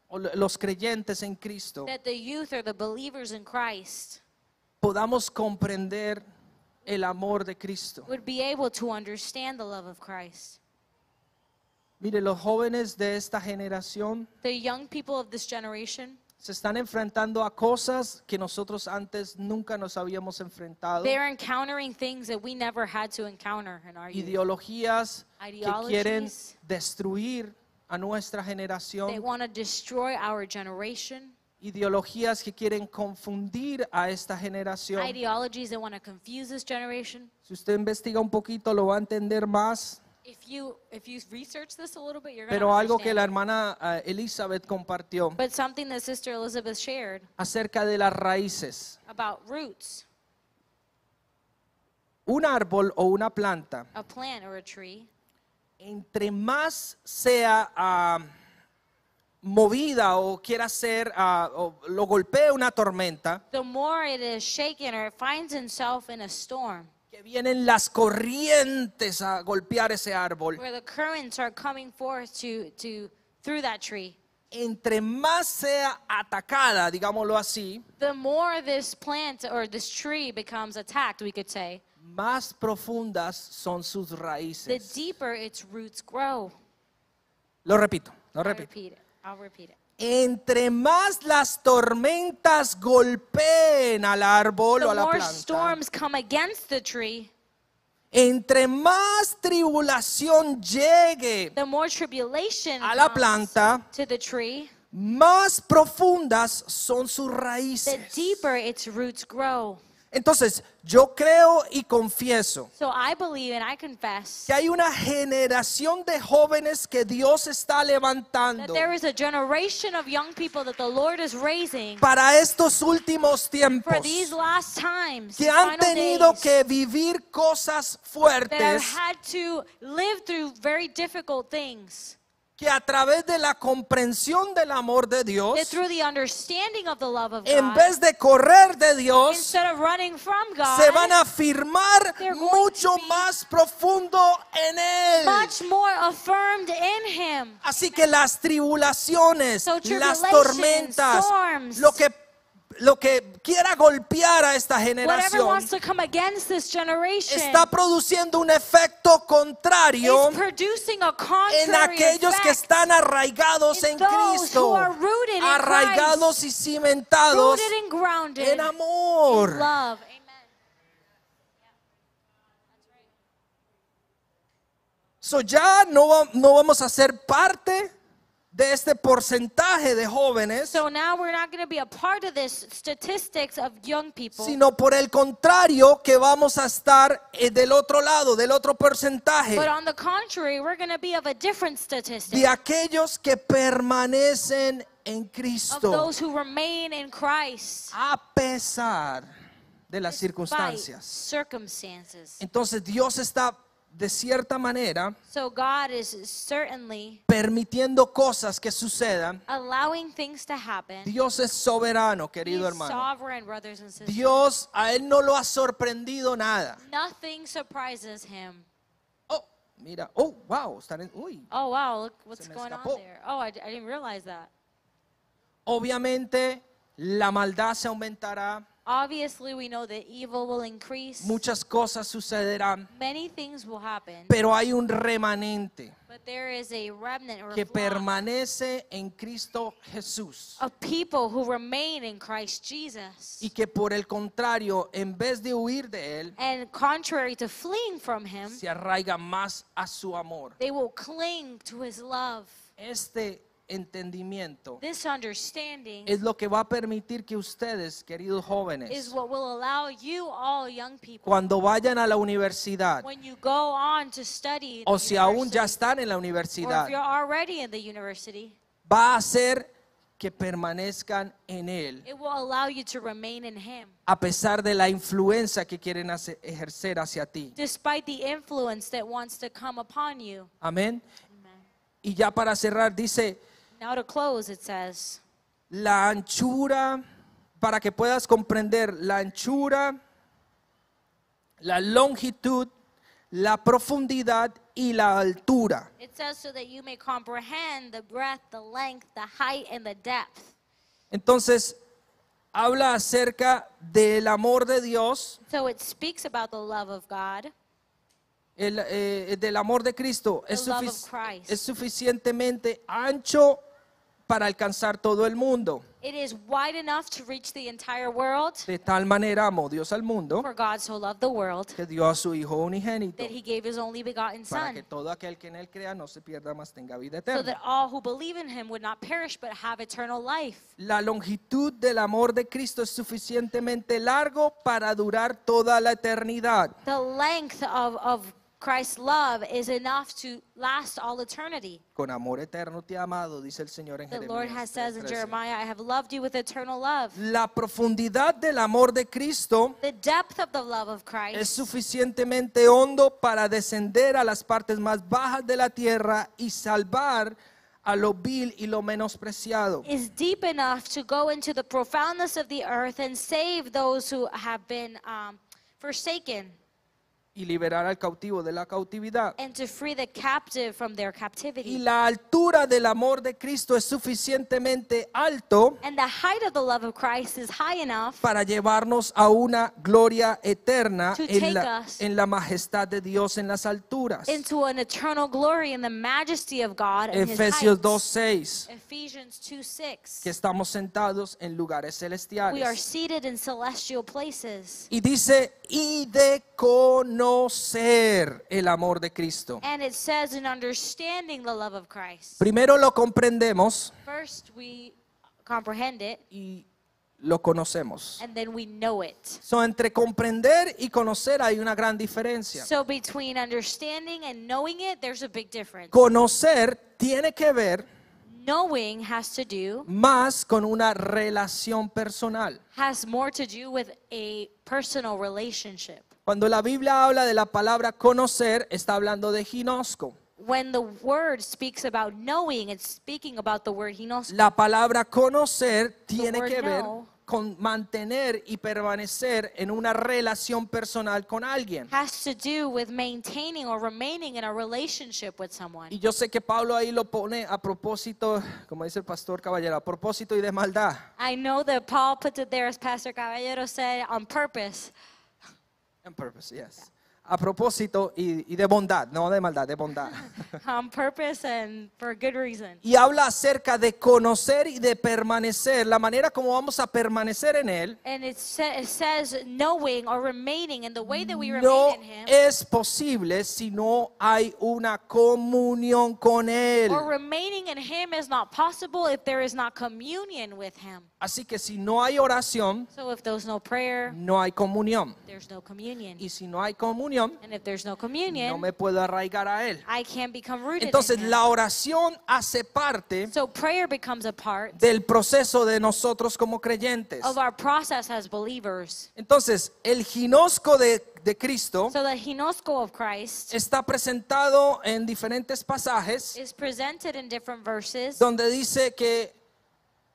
o lo- los creyentes en Cristo that the youth or the believers in Christ podamos comprender el amor de Cristo. would be able to understand the love of Christ. Mire, los jóvenes de esta generación The young people of this generation, se están enfrentando a cosas que nosotros antes nunca nos habíamos enfrentado, they're encountering things that we never had to encounter in our youth. ideologías que quieren Ideologies. destruir a nuestra They generación, want to destroy our generation, ideologías que quieren confundir a esta generación. ideologies that want to confuse this generation. Si usted investiga un poquito lo va a entender más, If you if you research this a little bit, you're going to pero algo que understand. la hermana eh, Elizabeth compartió But something that Sister Elizabeth shared acerca de las raíces. about roots, Un árbol o una planta a plant or a tree, entre más sea ah, movida o quiera ser, ah, o lo golpea una tormenta, the more it is shaken or it finds itself in a storm que vienen las corrientes a golpear ese árbol, where the currents are coming forth to, to through that tree. entre más sea atacada, digámoslo así, The more this plant or this tree becomes attacked, we could say, más profundas son sus the raíces. deeper its roots grow. Lo repito, lo I'll repito. repeat it. I'll repeat it. Entre más las tormentas golpeen al árbol o The a la more planta, storms come against the tree, entre más tribulación llegue the more tribulation a la comes planta, to the tree, más profundas son sus the raíces. deeper its roots grow. Entonces, yo creo y confieso So I believe and I confess que hay una generación de jóvenes que Dios está that levantando there is a generation of young people that the Lord is raising para estos últimos for tiempos these last times, que han final tenido days, que vivir cosas that have fuertes had to live through very difficult things. que a través de la comprensión del amor de Dios, That through the understanding of the love of en God, vez de correr de Dios, instead of running from God, se van a firmar They're going to mucho be más profundo en Él. much more affirmed in Him. Así que las tribulaciones, So las tribulations, tormentas, storms, lo que, lo que quiera golpear a esta Whatever generación, wants to come against this generation está produciendo un efecto contrario is producing a contrary en aquellos que effect, están arraigados in en those who Cristo, are rooted in arraigados y cimentados rooted and grounded en amor. in love. Amen. So ya no, va- no vamos a ser parte de este porcentaje de jóvenes, So now we're not going to be a part of this statistics of young people, sino por el contrario que vamos a estar eh, del otro lado, del otro porcentaje, but on the contrary, we're going to be of a different statistic de aquellos que permanecen en of Cristo those who remain in Christ a pesar de las by circunstancias. circumstances. Entonces Dios está de cierta manera So God is certainly permitiendo cosas que sucedan. allowing things to happen. Dios es soberano, He's querido hermano. sovereign, brothers and sisters. Dios a él no lo ha sorprendido nada. Nothing surprises him. Oh, mira, oh, wow, están en- uy. Oh, wow, look what's me going on escapó. there. Oh, I, d- I didn't realize that. Obviamente la maldad se aumentará, Obviously, we know that evil will increase. muchas cosas sucederán, Many things will happen. pero hay un remanente But there is a remnant or a que flock permanece en Cristo Jesús of people who remain in Christ Jesus. y que por el contrario, en vez de huir de él, And contrary to fleeing from him, se arraiga más a su amor. they will cling to his love. Este entendimiento This understanding es lo que va a permitir que ustedes, queridos is jóvenes, what will allow you all young people cuando vayan a la universidad when you go on to study in o the si aún ya university, están en la or universidad, if you're already in the university, va a hacer que permanezcan en él it will allow you to remain in him a pesar de la influencia que quieren hace- ejercer hacia ti. despite the influence that wants to come upon you. Amén. Y ya para cerrar dice, Now to close it says la anchura, para que puedas comprender, la anchura, la longitud, la profundidad y la altura. it says so that you may comprehend the breadth, the length, the height and the depth. Entonces, habla acerca del amor de Dios, So it speaks about the love of God. el, eh, del amor de Cristo. Es, The love sufic- of Christ. es suficientemente ancho para alcanzar todo el mundo. It is wide enough to reach the entire world. De tal manera amó Dios al mundo For God so loved the world que dio a su Hijo unigénito that he gave his only begotten para que son todo aquel que en él crea no se pierda, mas tenga vida so eterna. that all who believe in him would not perish but have eternal life. La longitud del amor de Cristo es suficientemente largo para durar toda la eternidad. The length of, of Christ's love is enough to last all eternity. Con amor eterno te he amado, dice el Señor en The Lord Jeremías has says in 3:13. Jeremiah, I have loved you with eternal love. La profundidad del amor de Cristo The depth of the love of es Christ suficientemente hondo para descender a las partes más bajas de la tierra y salvar a lo vil y lo menospreciado. is deep enough to go into the profoundness of the earth and save those who have been um, forsaken y liberar al cautivo de la cautividad. and to free the captive from their Y captivity. la altura del amor de Cristo es suficientemente alto And the height of the love of Christ is high enough para llevarnos a una gloria eterna To take en la, us en la majestad de Dios en las alturas. into an eternal glory in the majesty of God and his Efesios heights. 2.6, Ephesians 2 que 6. estamos sentados en lugares We are celestiales. seated in celestial places. Y dice, y de conocer el amor de Cristo. And it says in understanding the love of Christ. Primero lo comprendemos First, we comprehend it, y lo conocemos. and then we know it. So, entre comprender y conocer hay una gran diferencia. So, between understanding and knowing it, there's a big difference. Conocer tiene que ver Knowing has to do, más con una relación personal. has more to do with a personal relationship. Cuando la Biblia habla de la palabra conocer, está hablando de ginosco. When the word speaks about knowing, it's speaking about the word hinos. La palabra conocer tiene word que ver know. con mantener y permanecer en una relación personal con alguien. Has to do with maintaining or remaining in a relationship with someone. Y yo sé que Pablo ahí lo pone a propósito, como dice el pastor caballero, a propósito y de maldad. I know that Paul put it there, as Pastor Caballero said, on purpose. [laughs] On purpose, yes. A propósito y, y de bondad, no de maldad, de [laughs] bondad. on purpose and for a good reason. y habla acerca de conocer y de permanecer, la manera como vamos a permanecer en Él. And it, sa- it says knowing or remaining, and the way that we No remain in Him es posible si no hay una comunión con Él. or remaining in Him is not possible if there is not communion with Him. Así que si no hay oración, So if there's no prayer, no hay comunión. there's no communion. Y si no hay comunión, And if there's no no communion, me puedo arraigar a Él. I can't become rooted Entonces in Him. la oración hace parte So prayer becomes a part del proceso de nosotros como creyentes. of our process as believers. Entonces, el ginosco de, de Cristo So the hinosko of Christ está presentado en diferentes pasajes is presented in different verses. donde dice que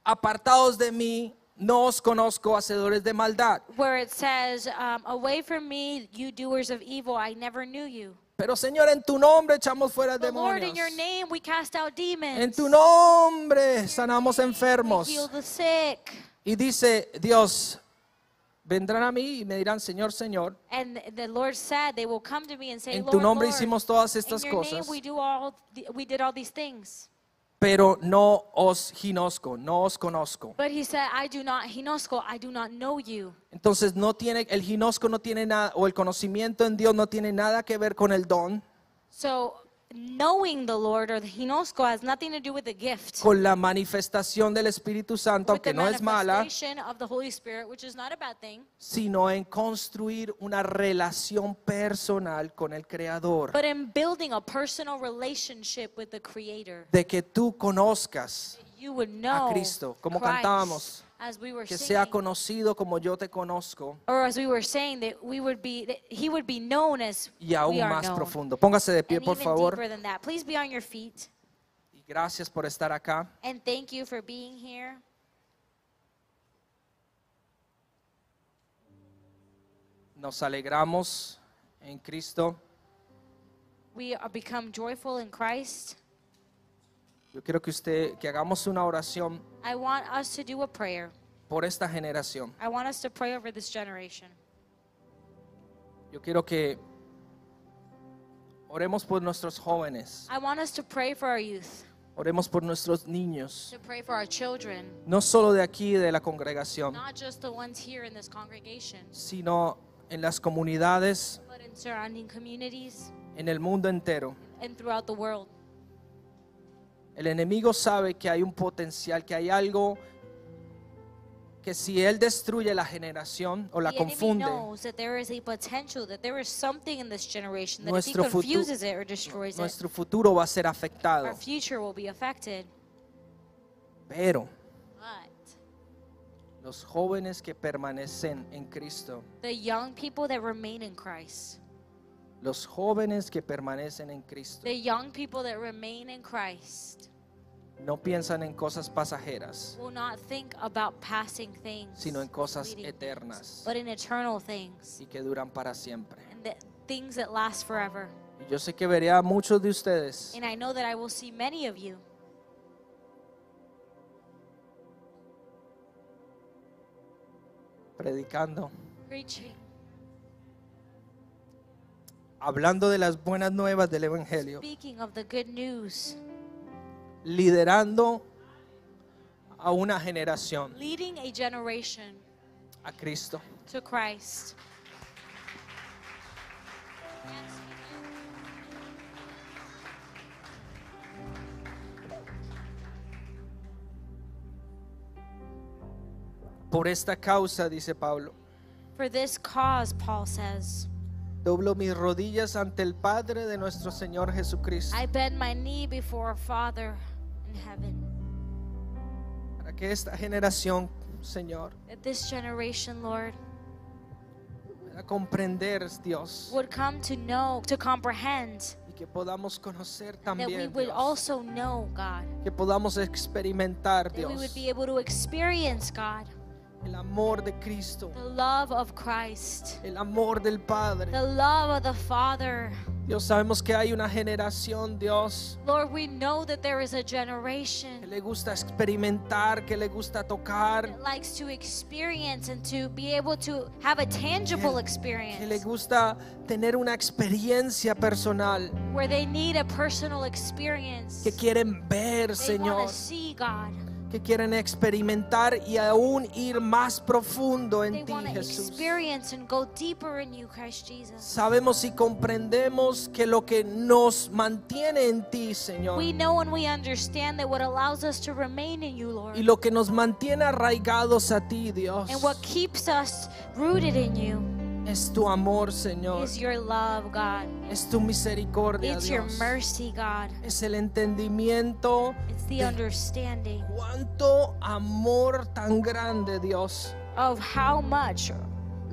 apartados de mí, no os conozco, hacedores de maldad. where it says, um, Away from me, you doers of evil, I never knew you. Pero Señor, en tu nombre echamos fuera But Lord, in your demonios. name we cast out demons. En tu nombre sanamos We enfermos. heal the sick. Y dice Dios, vendrán a mí y me dirán, Señor, Señor, And the Lord said, They will come to me and say, en Lord, tu nombre Lord, hicimos todas in estas your cosas, name we, do all th- we did all these things. pero no os ginosco, no os conozco. But he said, I do not, hinosko, I do not know you. Entonces no tiene el ginosco no tiene nada o el conocimiento en Dios no tiene nada que ver con el don, So knowing the Lord or the hinosko has nothing to do with the gift. con la manifestación del Espíritu Santo, with aunque the no es mala, manifestation of the Holy Spirit, which is not a bad thing. sino en construir una relación personal con el creador, But in building a personal relationship with the Creator, de que tú conozcas, you would know Cristo, como Christ, cantábamos, as we were que sea singing, conocido como yo te conozco or as we were saying that we would be, that He would be known as y aún we are más known. profundo. Póngase de pie, And por even favor. deeper than that, please be on your feet. Y gracias por estar acá. And thank you for being here. Nos alegramos en Cristo. We are become joyful in Christ. Yo quiero que usted que hagamos una oración I want us to do a prayer. por esta generación. I want us to pray over this generation. Yo quiero que oremos por nuestros jóvenes, I want us to pray for our youth, oremos por nuestros niños, to pray for our children, no solo de aquí de la congregación, not just the ones here in this congregation. sino en las comunidades, but in surrounding communities en el mundo entero. and throughout the world. El enemigo sabe que hay un potencial, que hay algo que si él destruye la generación o la the enemy confunde, knows that there is a potential that there is something in this generation that if he Nuestro futu- confuses it or destroys it, nuestro futuro va a ser our afectado. future will be affected. Pero But los jóvenes que permanecen en Cristo, the young people that remain in Christ, los jóvenes que permanecen en Cristo, the young people that remain in Christ, no piensan en cosas pasajeras, will not think about passing things, sino en cosas fleeting things, eternas but in eternal things y que duran para siempre. and the things that last forever. Y yo sé que veré a muchos de ustedes And I know that I will see many of you predicando, preaching, hablando de las buenas nuevas del Evangelio, speaking of the good news, liderando a una generación leading a generation a Cristo. to Christ. Por esta causa, dice Pablo, For this cause, Paul says, doblo mis rodillas ante el Padre de nuestro Señor Jesucristo, I bend my knee before our Father in heaven, para que esta generación, Señor, that this generation, Lord, pueda comprender, Dios, would come to know, to comprehend, y que podamos conocer that we también, would Dios, also know, God, que podamos experimentar, that we Dios, would be able to experience, God, el amor de Cristo, the love of Christ, el amor del Padre. the love of the Father. Dios, sabemos que hay una generación, Dios, Lord, we know that there is a generation que le gusta experimentar, que le gusta tocar, that likes to experience and to be able to have a tangible que le experience gusta tener una experiencia personal, where they need a personal que experience. quieren ver, They Señor, want to see God. que quieren experimentar y aún ir más profundo They en ti, want to Jesús. experience and go deeper in you, Christ Jesus. Sabemos y comprendemos que lo que nos mantiene en ti, Señor, We know and we understand that what allows us to remain in you, Lord, y lo que nos mantiene arraigados a ti, Dios, and what keeps us rooted in you es tu amor, Señor, is your love, God. es tu misericordia, It's your Dios, mercy, God. es el entendimiento It's the understanding Cuánto amor tan grande, Dios, of how much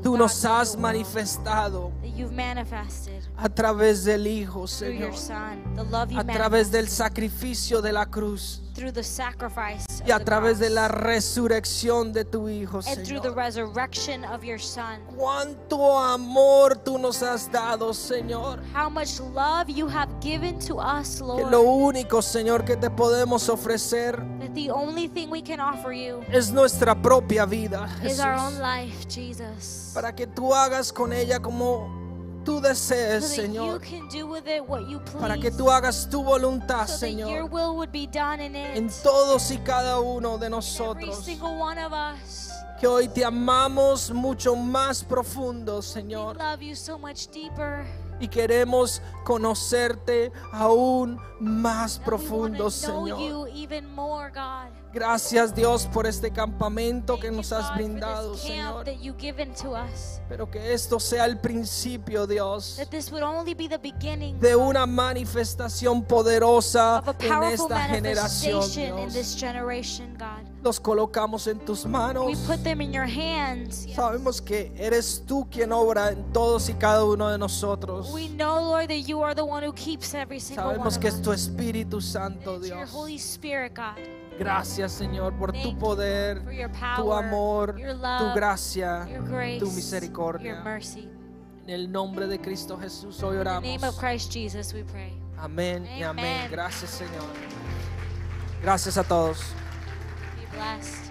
tú God, nos has you love, manifestado that you've manifested. a través del Hijo, through your Señor, son, the love you a través del manifest sacrificio de la cruz through the sacrifice of y a the través de la cross, resurrección de tu Hijo, and through the Señor. resurrection of your son. Cuánto amor tú nos has dado, Señor. How much love you have given to us, Que lo Lord. único, Señor, que te podemos ofrecer That the only thing we can offer you es nuestra propia vida, is our own Jesús, life, Jesus. para que tú hagas con ella como tú desees, So that you Señor. can do with it what you please. para que tú hagas tu voluntad, so that your Señor, will would be done in it. en todos y cada uno de Every nosotros. single one of us. Que hoy te amamos mucho más profundo, We Señor, love you so much deeper. y queremos conocerte aún más and we wanna profundo, know Señor. you even more, God. Gracias, Dios, por este campamento que Thank nos you, has God, for this brindado, camp Señor. That you given to us. Pero que esto sea el principio, Dios, That this would only be the beginning de una manifestación poderosa of a en powerful esta generación, manifestation in Dios. this generation, God. Los colocamos en tus We manos. put them in your hands. Sabemos que eres tú quien obra en todos y cada uno de nosotros. We know, Lord, that you are the one who keeps every single one Sabemos of que us. es tu Espíritu That Santo, it's your Dios. Holy Spirit, God, Gracias, Señor, por tu Thank you poder, for your tu power, amor, your love, tu gracia, your grace, tu misericordia. your mercy. En el nombre de Cristo Jesús hoy In the name of oramos. Christ Jesus, we pray. Amén y amén. Amen. Gracias, Señor. Gracias a todos. Be blessed.